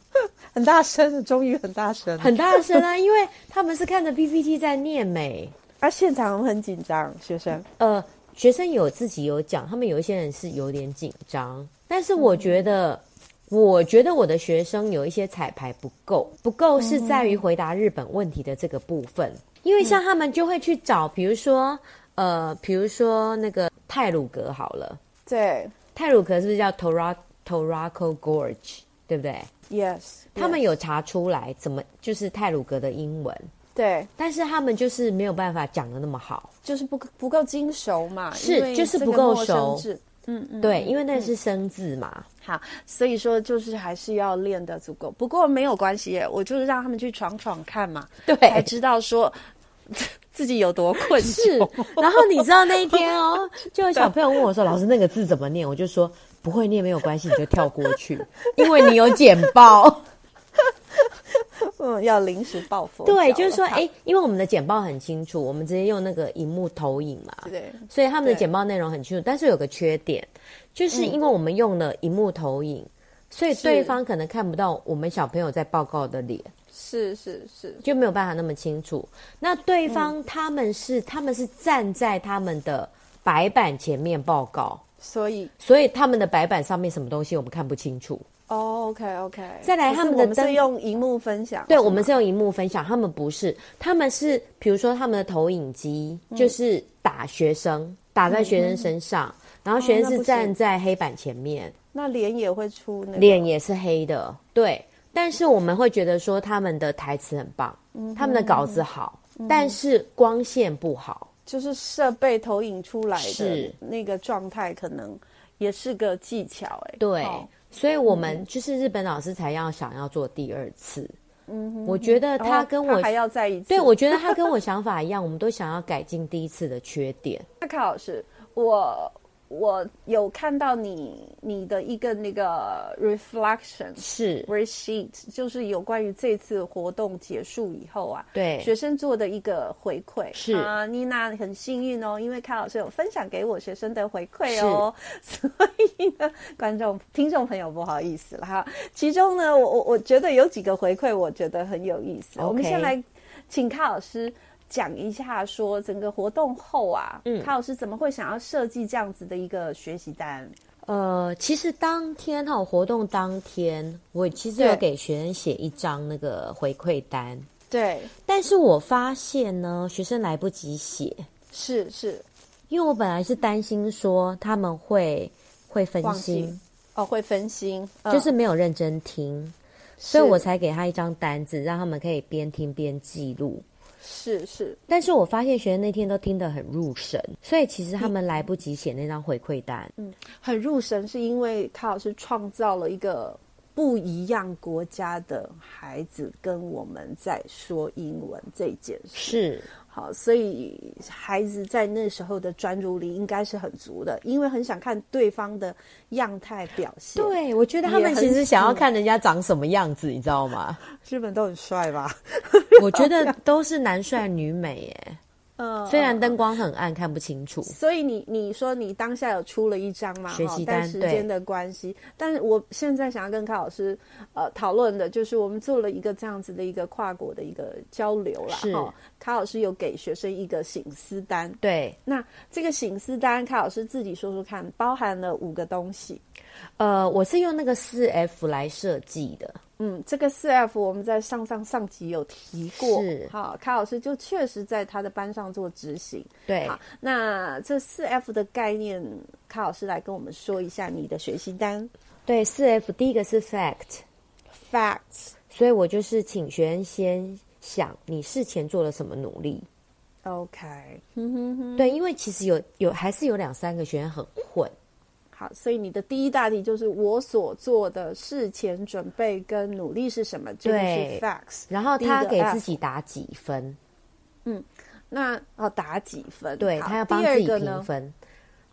S1: 很大声，终于很大声。
S2: 很大声啊，因为他们是看着 PPT 在念美。
S1: 而现场很紧张，学生
S2: 呃，学生有自己有讲，他们有一些人是有点紧张，但是
S1: 嗯
S2: 我觉得，我觉得我的学生有一些彩排不够，不够
S1: 嗯
S2: 是在于回答日本问题的这个部分，因为
S1: 嗯
S2: 像他们就会去找，比如说，呃，比如说那个泰鲁格好了，
S1: 对
S2: 泰鲁格是不是叫 Tora Toraco Gorge，对不对？
S1: ，yes，
S2: 他们
S1: yes，
S2: 有查出来怎么就是泰鲁格的英文，
S1: 对，
S2: 但是他们就是没有办法讲的那么好。
S1: 就是不不够精熟嘛，
S2: 是
S1: 因为
S2: 就是
S1: 这
S2: 不
S1: 个
S2: 够
S1: 陌生
S2: 熟
S1: 字嗯嗯，
S2: 对，因为那是生字嘛。
S1: 好，所以说就是还是要练得足够，不过没有关系耶，我就是让他们去闯闯看嘛，
S2: 对
S1: 才知道说自己有多困
S2: 是
S1: 窘。，
S2: [LAUGHS] 然后你知道那一天哦，就有小朋友问我说：“老师，那个字怎么念？”我就说：“不会念没有关系，你就跳过
S1: [LAUGHS]
S2: 去，因为你有简报。
S1: 嗯，要临时抱佛”脚了。
S2: 对，就是说，哎，因为我们的简报很清楚，我们直接用那个荧幕投影嘛，
S1: [LAUGHS] 对，
S2: 所以他们的
S1: 对嗯
S2: 简报内容很清楚。但是有个缺点，就是因为我们用了荧幕投影，所以对方可能看不到我们小朋友在报告的脸。
S1: 是是是，
S2: 就没有办法那么清楚。那对方
S1: 嗯
S2: 他们是、他们是站在他们的白板前面报告，
S1: 所以
S2: 所以他们的白板上面什么东西我们看不清楚。
S1: 哦，OK OK。
S2: 再
S1: 可
S2: 来
S1: 是
S2: 他们的
S1: 我们
S2: 灯
S1: 是用荧幕分享，
S2: 对，
S1: 吗
S2: 我们是用荧幕分享，他们不是，他们是比如说他们的投影机、
S1: 嗯
S2: 就是打学生，打在学生身上，然后
S1: 哦
S2: 学生
S1: 那
S2: 是
S1: 不
S2: 站
S1: 行
S2: 在黑板前面，
S1: 那脸也会出那个
S2: 脸也是黑的，对。但是我们会觉得说他们的台词很棒，
S1: 嗯
S2: 他们的稿子好，但是光线不好。
S1: 就是设备投影出来的
S2: 是
S1: 那个状态，可能也是个技巧、哎，
S2: 对，
S1: 哦
S2: 所以我们就是日本老师才要想要做第二次。嗯，我觉得他跟
S1: 然后
S2: 我
S1: 哦还要再一次。
S2: 对，我觉得他跟我想法一样，我们都想要改进第一次的缺点。
S1: 那卡老师，我我有看到你你的一个那个 reflection [LAUGHS]
S2: 是
S1: worksheet，就是有关于这次活动结束以后啊，
S2: 对
S1: 学生做的一个回馈。
S2: 是
S1: 啊，妮娜很幸运哦，因为卡老师有分享给我学生的回馈哦，所以呢，观众听众朋友不好意思了哈。其中呢，我我我觉得有几个回馈，我觉得很有意思。
S2: OK
S1: 我们先来请卡老师。讲一下，说整个活动后啊，嗯，卡老师怎么会想要设计这样子的一个学习单？
S2: 呃，其实当天哈、活动当天，我其实有
S1: 对
S2: 给学生写一张那个回馈单，
S1: 对，
S2: 但是我发现呢，学生来不及写，
S1: 是是，
S2: 因为我本来是担心说他们会会分
S1: 忘
S2: 心
S1: 记，哦，会分心，嗯
S2: 就是没有认真听，所以我才给他一张单子，让他们可以边听边记录。
S1: 是是，
S2: 但是我发现学生那天都听得很入神，所以其实他们来不及写那张回馈单。
S1: 很入神，是因为卡老师创造了一个不一样国家的孩子跟我们在说英文这件事。
S2: 是
S1: 好，所以孩子在那时候的专注力应该是很足的，因为很想看对方的样态表现。，
S2: 对，我觉得他
S1: 也
S2: 们
S1: 很
S2: 其实想要看人家长什么样子，你知道吗？
S1: 日本都很帅吧？
S2: 我觉得都是男帅女美耶。
S1: 嗯，
S2: 虽然灯光很暗，看不清楚。
S1: 所以你你说你当下有出了一张嘛？
S2: 学
S1: 哈
S2: 习单
S1: 但时
S2: 对
S1: 间的关系，但是我现在想要跟高老师呃讨论的就是，我们做了一个这样子的一个跨国的一个交流啦。
S2: 是
S1: 哈，卡老师有给学生一个醒思单，
S2: 对，
S1: 那这个醒思单，卡老师自己说说看，包含了五个东西。
S2: 呃，我是用那个四 F 来设计的。
S1: 嗯，这个四 F 我们在上上上集有提过
S2: 是，
S1: 好，卡老师就确实在他的班上做执行。
S2: 对，
S1: 好，那这四 F 的概念，卡老师来跟我们说一下你的学习单
S2: 对，四 F 第一个是 fact，
S1: facts。
S2: 所以我就是请学生先想你事前做了什么努力。
S1: OK，嗯哼哼，
S2: 对，因为其实有有还是有两三个学生很混。
S1: 好，所以你的第一大题就是我所做的事前准备跟努力是什么，这个
S2: 对
S1: 是 facts。
S2: 然后
S1: 第一个
S2: 他给
S1: F
S2: 自己打几分？
S1: 那要打几分？
S2: 对
S1: 好
S2: 他要帮
S1: 第二
S2: 自己
S1: 个
S2: 评
S1: 呢？
S2: 分。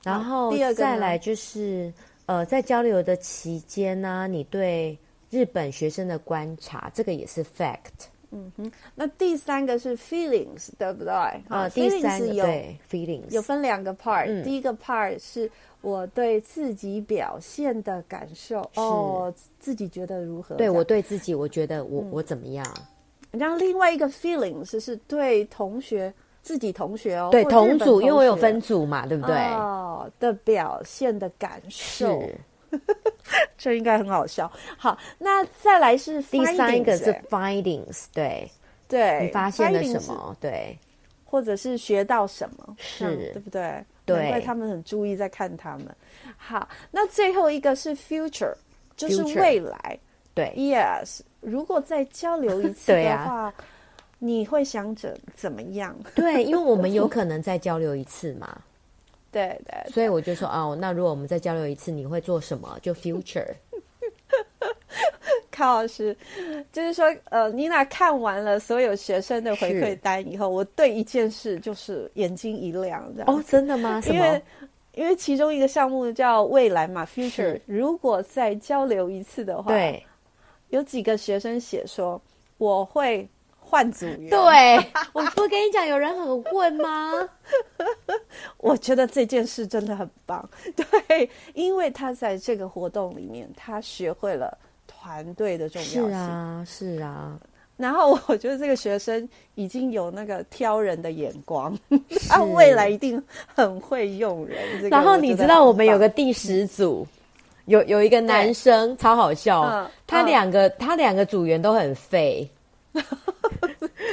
S2: 然后
S1: 第二个呢
S2: 再来就是呃，在交流的期间呢、你对日本学生的观察，这个也是 fact。
S1: 那第三个是 feelings，对不对？
S2: 呃，
S1: 啊
S2: 第三个
S1: 是有
S2: 对 feelings
S1: 有分两个 part，、
S2: 嗯
S1: 第一个 part 是我对自己表现的感受，哦，自己觉得如何？
S2: 对
S1: 这样
S2: 我对自己，我觉得
S1: 嗯
S2: 我、我怎么样？
S1: 然后另外一个 feelings 是对同学自己同学哦，
S2: 对
S1: 或日本
S2: 同组，因为我有分
S1: 学
S2: 组嘛，对不对？
S1: 哦的表现的感受，
S2: 是。
S1: 这应该很好笑。好，那再来是
S2: 第三个
S1: findings，
S2: 是
S1: 哎
S2: findings，对
S1: 对
S2: 你发现了
S1: findings
S2: 什么？对
S1: 或者是学到什么，这样
S2: 是
S1: 对不对？
S2: 对
S1: 难怪他们很注意在看他们。好，那最后一个是 future，就是未来。
S2: 对， [LAUGHS]
S1: Yes，如果再交流一次
S2: 对
S1: 的
S2: 啊
S1: 话，你会想着怎么样？
S2: 对，因为我们有可能再交流一次
S1: [LAUGHS]
S2: 嘛，
S1: 对对，
S2: 所以我就说哦，那如果我们再交流一次，你会做什么？就 future。
S1: 康老师，就是说，呃，妮娜看完了所有学生的回
S2: 是
S1: 馈单以后，我对一件事就是眼睛一亮，这样
S2: 哦，真的吗？ [LAUGHS] 什
S1: 因为
S2: 么？
S1: 因为其中一个项目叫未来嘛，future
S2: 是。
S1: 如果再交流一次的话，， [LAUGHS]
S2: 对
S1: 有几个学生写说我会换组员，
S2: 对，， [LAUGHS] 我不跟你讲，有人很混吗？
S1: 我觉得这件事真的很棒， [LAUGHS] 对，因为他在这个活动里面，他学会了团队 [LAUGHS] 的重要
S2: 是
S1: 性。
S2: 啊，是啊，
S1: 然后我觉得这个学生已经有那个挑人的眼光， [LAUGHS] 他未来一定很会用人。这个
S2: 然后
S1: 我觉
S2: 你
S1: 得
S2: 知道
S1: 很
S2: 我们有
S1: 棒
S2: 个第
S1: 嗯
S2: 十组，有有一个男生超好笑，
S1: 嗯
S2: 他
S1: 嗯
S2: 两个、他两个组员都很废，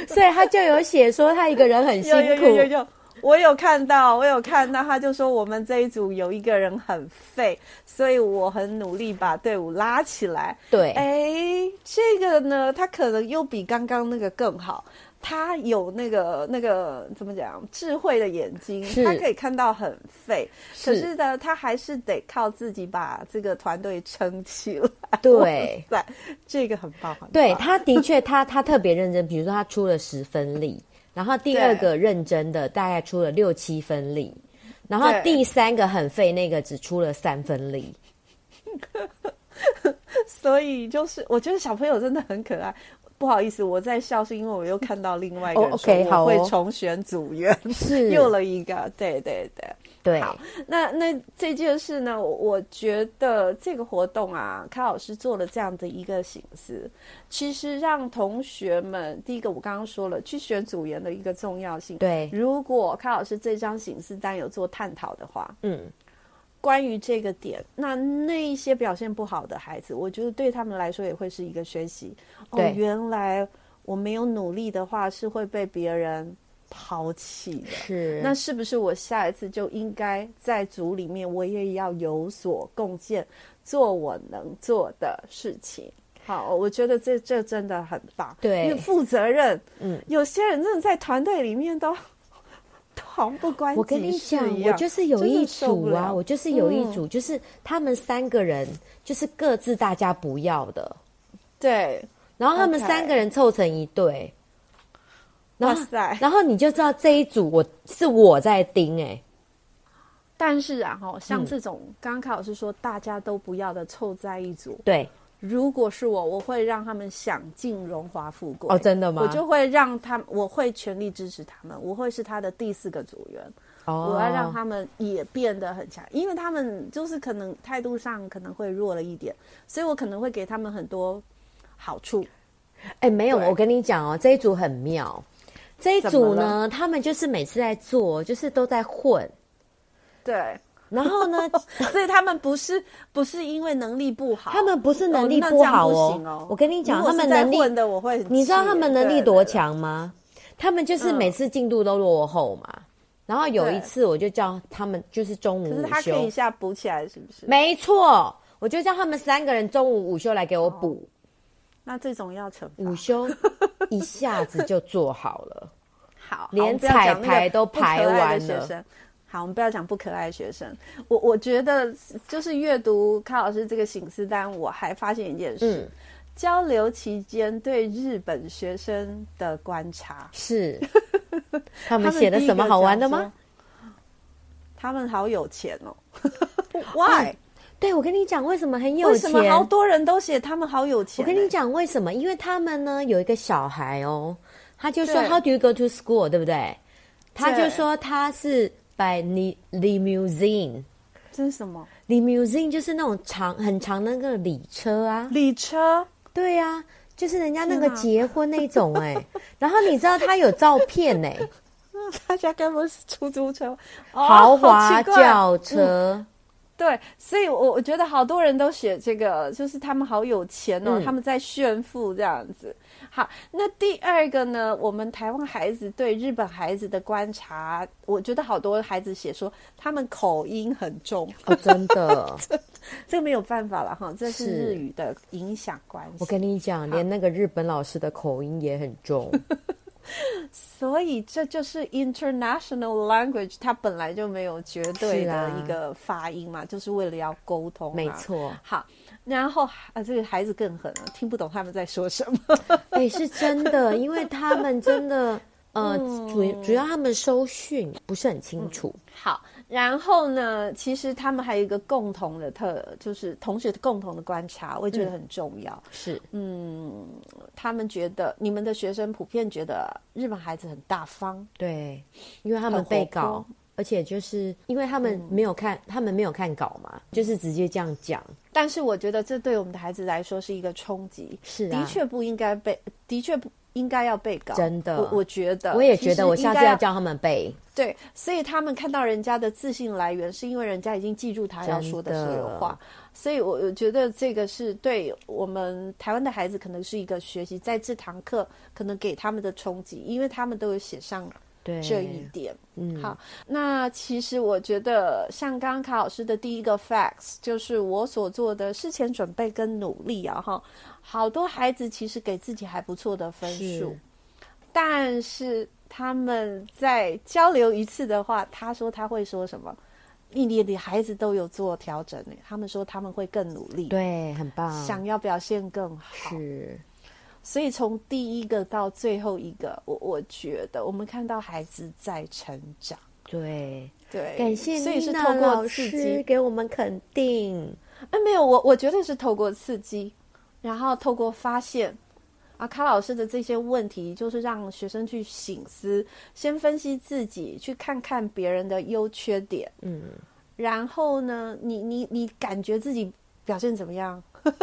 S2: 所以他就有写说他一个人很辛
S1: 有有
S2: 苦，
S1: 有有有，我有看到，我有看到，他就说我们这一组有一个人很废，所以我很努力把队伍拉起来。
S2: 对、
S1: 哎，这个呢，他可能又比刚刚那个更好。他有那个那个怎么讲智慧的眼睛
S2: 是，
S1: 他可以看到很废，可
S2: 是
S1: 是呢，他还是得靠自己把这个团队撑起来。
S2: 对
S1: 哇塞，这个很棒，很棒
S2: 对，他的确他他特别认真，比如说他出了十分力，然后第二个认真的大概出了六七分力，然后
S1: 对
S2: 第三个很废那个只出了三
S1: [LAUGHS]
S2: 分力，
S1: 所以就是，我觉得小朋友真的很可爱。不好意思，我在笑是因为我又看到另外一个人
S2: 哦
S1: 说
S2: ，OK，好
S1: 我
S2: 哦
S1: 会重选组员，
S2: 是
S1: 又了一个，对对对。
S2: 对
S1: 好那那这件事呢，我我觉得这个活动啊，开老师做了这样的一个醒思，其实让同学们，第一个我刚刚说了，去选组员的一个重要性。，
S2: 对，
S1: 如果开老师这张醒思单有做探讨的话，
S2: 嗯。
S1: 关于这个点，那那一些表现不好的孩子，我觉得对他们来说也会是一个学习。哦
S2: 对，
S1: 原来我没有努力的话是会被别人抛弃的。
S2: 是，
S1: 那是不是我下一次就应该在组里面，我也要有所贡献，做我能做的事情？好，我觉得这这真的很棒，
S2: 对
S1: 因为负责任。
S2: 嗯，
S1: 有些人真的在团队里面都 [LAUGHS] 都好像不关
S2: 我跟
S1: 己
S2: 你
S1: 事
S2: 讲，
S1: 一
S2: 我
S1: 样
S2: 就是有
S1: 真的
S2: 一
S1: 受不
S2: 组啊，
S1: 了嗯
S2: 我就是有一组，就是他们三个人就是各自大家不要的，
S1: 对，
S2: 然后他们
S1: OK
S2: 三个人凑成一对，然
S1: 哇
S2: 后
S1: 塞！
S2: 然后你就知道这一组我是我在盯哎、
S1: 嗯但是啊，哈，像这种刚刚卡老师说大家都不要的凑在一组，
S2: 对
S1: 如果是我，我会让他们享尽荣华富贵。
S2: 哦，真的吗？
S1: 我就会让他们，我会全力支持他们，我会是他的第四个组员。
S2: 哦，
S1: 我要让他们也变得很强，因为他们就是可能态度上可能会弱了一点，所以我可能会给他们很多好处。
S2: 哎、没有，
S1: 对
S2: 我跟你讲哦，这一组很妙。这一组
S1: 怎么
S2: 呢，他们就是每次在做，就是都在混。
S1: 对，
S2: 然
S1: [LAUGHS]
S2: 后呢，
S1: 所以他们不是不是因为能力不好，
S2: 他们不是能力
S1: 哦那这
S2: 不好
S1: 样
S2: 哦
S1: 不行哦
S2: 我跟你讲
S1: 如果是
S2: 他们能力
S1: 在混的我会很气耶，
S2: 你知道他们能力
S1: 对对
S2: 多？
S1: 对嗯
S2: 强吗？他们就是每次进度都落后嘛。然后有一
S1: 对
S2: 次，我就叫他们，就是中午
S1: 可是
S2: 午
S1: 他可以一
S2: 休，
S1: 下补起来，是不是？
S2: 没错，我就叫他们三个人中午午休来给我
S1: 哦
S2: 补、
S1: 那这种要惩
S2: 午
S1: 罚。
S2: 休，一下子就做好
S1: [LAUGHS]
S2: 了。
S1: 好，
S2: 连
S1: 好我们不要讲那个
S2: 彩排都排
S1: 不可爱
S2: 完
S1: 的学
S2: 了
S1: 生。好，我们不要讲不可爱的学生。我我觉得就是阅读康老师这个醒思单，我还发现一件事：
S2: 嗯，
S1: 交流期间对日本学生的观察。 [LAUGHS]
S2: 是。他
S1: 他
S2: 们写了
S1: 第一
S2: 什么
S1: 个
S2: 好玩的
S1: 讲
S2: 吗
S1: 说？？他们好有钱哦！Why？、
S2: 对，我跟你讲，为什么很啊有
S1: 为什
S2: 钱？
S1: 么好多人都写他们好有
S2: 我
S1: 钱、
S2: 跟你，讲，为什么？因为他们呢有一个小孩哦，他就说
S1: 对
S2: How do you go to school？对不对？他就
S1: 对
S2: 说他是 by li limousine。
S1: 这是什么？
S2: limousine 就是那种长很长的那个礼车啊，
S1: 礼车 [LAUGHS]
S2: 对啊，就是人家那个
S1: 天哪
S2: 结婚那种哎、
S1: [LAUGHS]
S2: 然后你知道他有照片哎、
S1: 大家该不会是出租车？哦
S2: 豪华
S1: 好奇怪
S2: 轿车，
S1: 对，所以我我觉得好多人都写这个，就是他们好有钱哦，
S2: 嗯
S1: 他们在炫富这样子。好，那第二个呢，我们台湾孩子对日本孩子的观察，我觉得好多孩子写说他们口音很重，
S2: 哦，真的，
S1: 这个没有办法了哈，这是
S2: 是
S1: 日语的影响关系。
S2: 我跟你讲，连那个日本老师的口音也很重。
S1: 所以这就是 international language，它本来就没有绝对
S2: 是
S1: 的
S2: 啊
S1: 一个发音嘛，就是为了要沟通、
S2: 没。错，
S1: 好，然后啊，这个孩子更狠了，听不懂他们在说什么。 [LAUGHS]
S2: 哎、是真的，因为他们真的，呃，
S1: 嗯
S2: 主主要他们收讯不是很清楚，
S1: 好，然后呢，其实他们还有一个共同的特，就是同学共同的观察，我也觉得很重要。
S2: 是，
S1: 嗯他们觉得你们的学生普遍觉得日本孩子很大方，
S2: 对，因为他们
S1: 很活
S2: 被
S1: 泼嗯
S2: 稿，而且就是因为他们没有看，他们没有看稿嘛，就是直接这样讲，
S1: 但是我觉得这对我们的孩子来说是一个冲击，
S2: 是啊
S1: 的确不应该被，的确不应该要被告。
S2: 真的
S1: 我我觉得，
S2: 我也
S1: 其
S2: 觉
S1: 实
S2: 得我
S1: 应
S2: 下
S1: 该
S2: 次要叫他们背，
S1: 对，所以他们看到人家的自信来源，是因为人家已经记住他要说的所有话，所以我我觉得这个是对我们台湾的孩子可能是一个学习，在这堂课可能给他们的冲击，因为他们都有写上
S2: 对，
S1: 这一点。
S2: 哎嗯，
S1: 好，那其实我觉得，像刚刚卡老师的第一个 facts，就是我所做的事前准备跟努力啊，哈，好多孩子其实给自己还不错的分数
S2: 是，
S1: 但是他们在交流一次的话，他说他会说什么？一年的孩子都有做调整呢，他们说他们会更努力，，
S2: 对，很棒，
S1: 想要表现更好。
S2: 是，
S1: 所以从第一个到最后一个，我我觉得我们看到孩子在成长。
S2: 对，
S1: 对，
S2: 感谢
S1: 所以是
S2: 妮娜
S1: 透过
S2: 老
S1: 刺
S2: 师
S1: 激，
S2: 给我们肯定，
S1: 哎，没有，我我觉得是透过刺激，然后透过发现。啊，卡老师的这些问题，就是让学生去醒思，先分析自己，去看看别人的优缺点，
S2: 嗯，
S1: 然后呢，你你你感觉自己表现怎么样？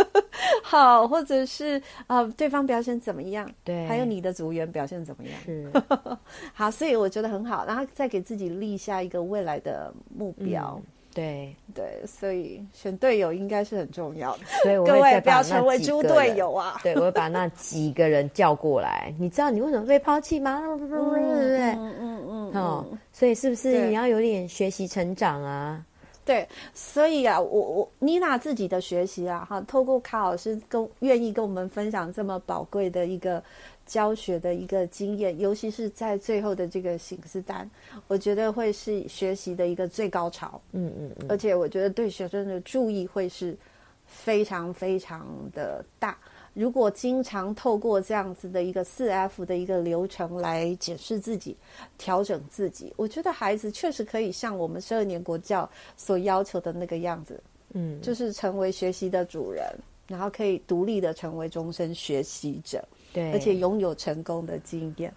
S1: [LAUGHS] 好，或者是呃，对方表现怎么样？
S2: 对，
S1: 还有你的组员表现怎么样？
S2: 是，
S1: [LAUGHS] 好，所以我觉得很好，然后再给自己立下一个未来的目标。
S2: 嗯对，
S1: 对，所以选队友应该是很重要的。
S2: 所以我
S1: 各
S2: 会
S1: 位
S2: 再
S1: 不要
S2: 把
S1: 成
S2: 那
S1: 为
S2: 几
S1: 猪
S2: 个
S1: 队
S2: 人
S1: 友
S2: [LAUGHS]
S1: 啊！
S2: 对，我会把那几个人叫过来。你知道你为什么被抛弃吗？对不对？
S1: 嗯嗯嗯
S2: 哦
S1: 嗯，，
S2: 所以是不是
S1: 对
S2: 你要有点学习成长啊？
S1: 对，所以啊，我我妮娜自己的学习啊，哈，透过卡老师跟愿意跟我们分享这么宝贵的一个教学的一个经验，尤其是在最后的这个醒思单，我觉得会是学习的一个最高潮，
S2: 嗯嗯嗯，
S1: 而且我觉得对学生的注意会是非常非常的大。如果经常透过这样子的一个四 F 的一个流程来检视自己、调整自己，我觉得孩子确实可以像我们十二年国教所要求的那个样子，
S2: 嗯，
S1: 就是成为学习的主人，然后可以独立的成为终身学习者，
S2: 对，
S1: 而且拥有成功的经验。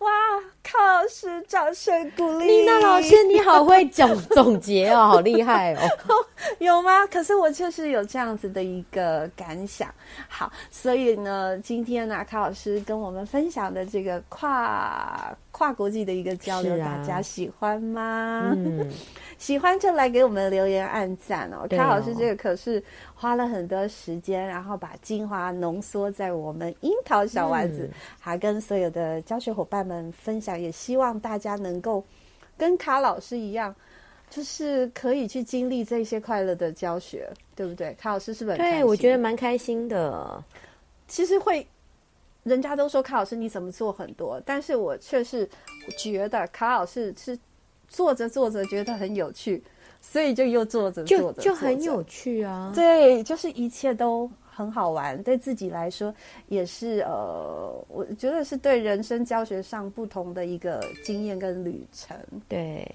S1: 哇，靠！是掌声鼓励。
S2: 丽娜老师，你好会总总结哦，好厉害哦。 [LAUGHS]
S1: [LAUGHS] 有吗？可是我确实有这样子的一个感想。好，所以呢，今天呢、卡老师跟我们分享的这个跨跨国际的一个交流，
S2: 是啊
S1: 大家喜欢吗？
S2: 嗯，
S1: 喜欢就来给我们留言按赞哦。
S2: 对
S1: 卡老
S2: 哦
S1: 师这个可是花了很多时间，然后把精华浓缩在我们樱桃小丸子，
S2: 嗯
S1: 还跟所有的教学伙伴们分享，也希望大家能够跟卡老师一样。就是可以去经历这些快乐的教学，对不对？卡老师是不是很开
S2: 对，
S1: 心
S2: 我觉得蛮开心的。
S1: 其实会，人家都说卡老师你怎么做很多，但是我却是觉得卡老师是做着做着觉得很有趣，所以就又做着
S2: 就
S1: 做着
S2: 就很有
S1: 趣。
S2: 趣啊。
S1: 对，就是一切都很好玩，对自己来说也是呃，我觉得是对人生教学上不同的一个经验跟旅程。
S2: 对，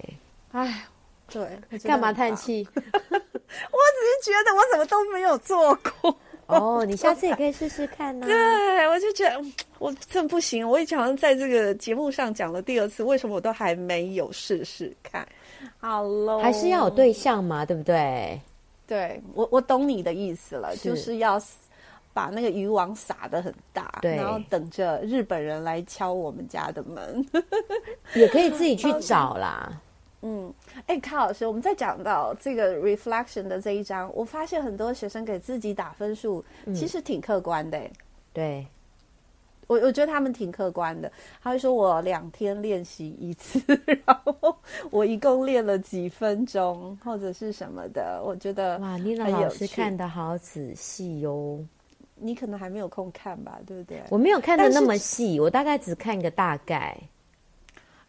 S1: 哎，对，我觉得
S2: 干嘛
S1: 很
S2: 叹
S1: 棒？
S2: [LAUGHS] 气？
S1: 我只是觉得我怎么都没有做过。
S2: 哦，你下次也可以试试 [LAUGHS] 看呐、啊。
S1: 对，我就觉得嗯我真不行。我以前好像在这个节目上讲了第二次，为什么我都还没有试试看？好喽，
S2: 还是要有对象嘛，对不对？
S1: 对我我懂你的意思了，
S2: 是
S1: 就是要把那个渔网撒得很大，
S2: 对
S1: 然后等着日本人来敲我们家的门。
S2: 也可以自己去找啦。
S1: 嗯，哎，卡老师，我们在讲到这个 reflection 的这一章，我发现很多学生给自己打分数，其实挺客观的、哎
S2: 对，
S1: 我我觉得他们挺客观的，他会说我两天练习一次， [LAUGHS] 然后我一共练了几分钟或者是什么的。我觉得
S2: [LAUGHS] 哇，妮娜
S1: 很有
S2: 老师
S1: 趣
S2: 看的好仔细哟、
S1: 你可能还没有空看吧，对不对？
S2: 我没有看的
S1: 但是
S2: 那么细，我大概只看个大概。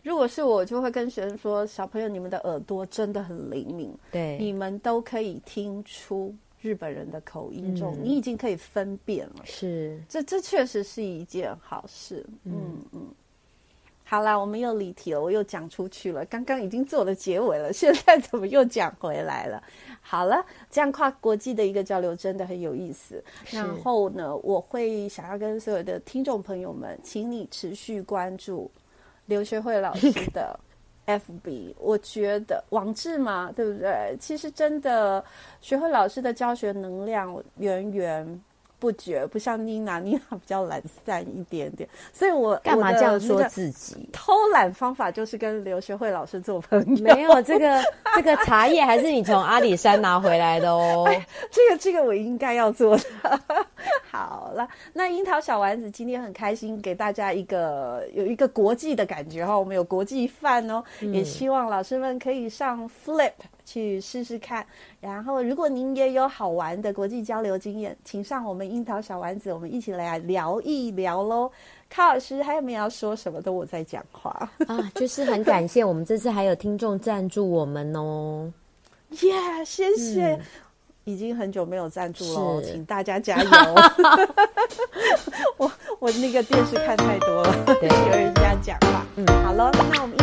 S1: 如果是我，就会跟学生说，小朋友，你们的耳朵真的很灵敏，你
S2: 对，
S1: 们都可以听出日本人的口音中，
S2: 嗯
S1: 你已经可以分辨了。
S2: 是
S1: 这这确实是一件好事。嗯嗯，好啦，我们又离题了，我又讲出去了。刚刚已经做了结尾了， [LAUGHS] 现在怎么又讲回来了？好了，这样跨国际的一个交流真的很有意思。
S2: 是
S1: 然后呢，我会想要跟所有的听众朋友们，请你持续关注刘学慧老师 [LAUGHS] 的 FB。我觉得网志嘛，对不对？其实真的，学慧老师的教学能量源源不绝，不像妮娜，妮娜比较懒散一点点。所以我
S2: 干嘛
S1: 我的
S2: 这样
S1: 那
S2: 说
S1: 个
S2: 自己？
S1: 偷懒方法就是跟刘学慧老师做朋友。
S2: 没有这个 [LAUGHS] 这个茶叶还是你从阿里山拿回来的哦。
S1: 哎这个这个我应该要做的。 [LAUGHS] 好了，那樱桃小丸子今天很开心，给大家一个有一个国际的感觉哈、我们有国际范哦，也希望老师们可以上 Flip 去试试看。然后，如果您也有好玩的国际交流经验，请上我们樱桃小丸子，我们一起来聊一聊喽。卡老师还有没有要说什么的？我在讲话。
S2: 啊，就是很感谢我们这次还有听众赞助我们
S1: [LAUGHS]
S2: 哦。
S1: 耶、谢谢。嗯已经很久没有赞助了哦，
S2: 是
S1: 请大家加油！ [LAUGHS] 我我那个电视看太多了，
S2: 对
S1: [LAUGHS] 有人家讲话。
S2: 嗯
S1: 好了，那我们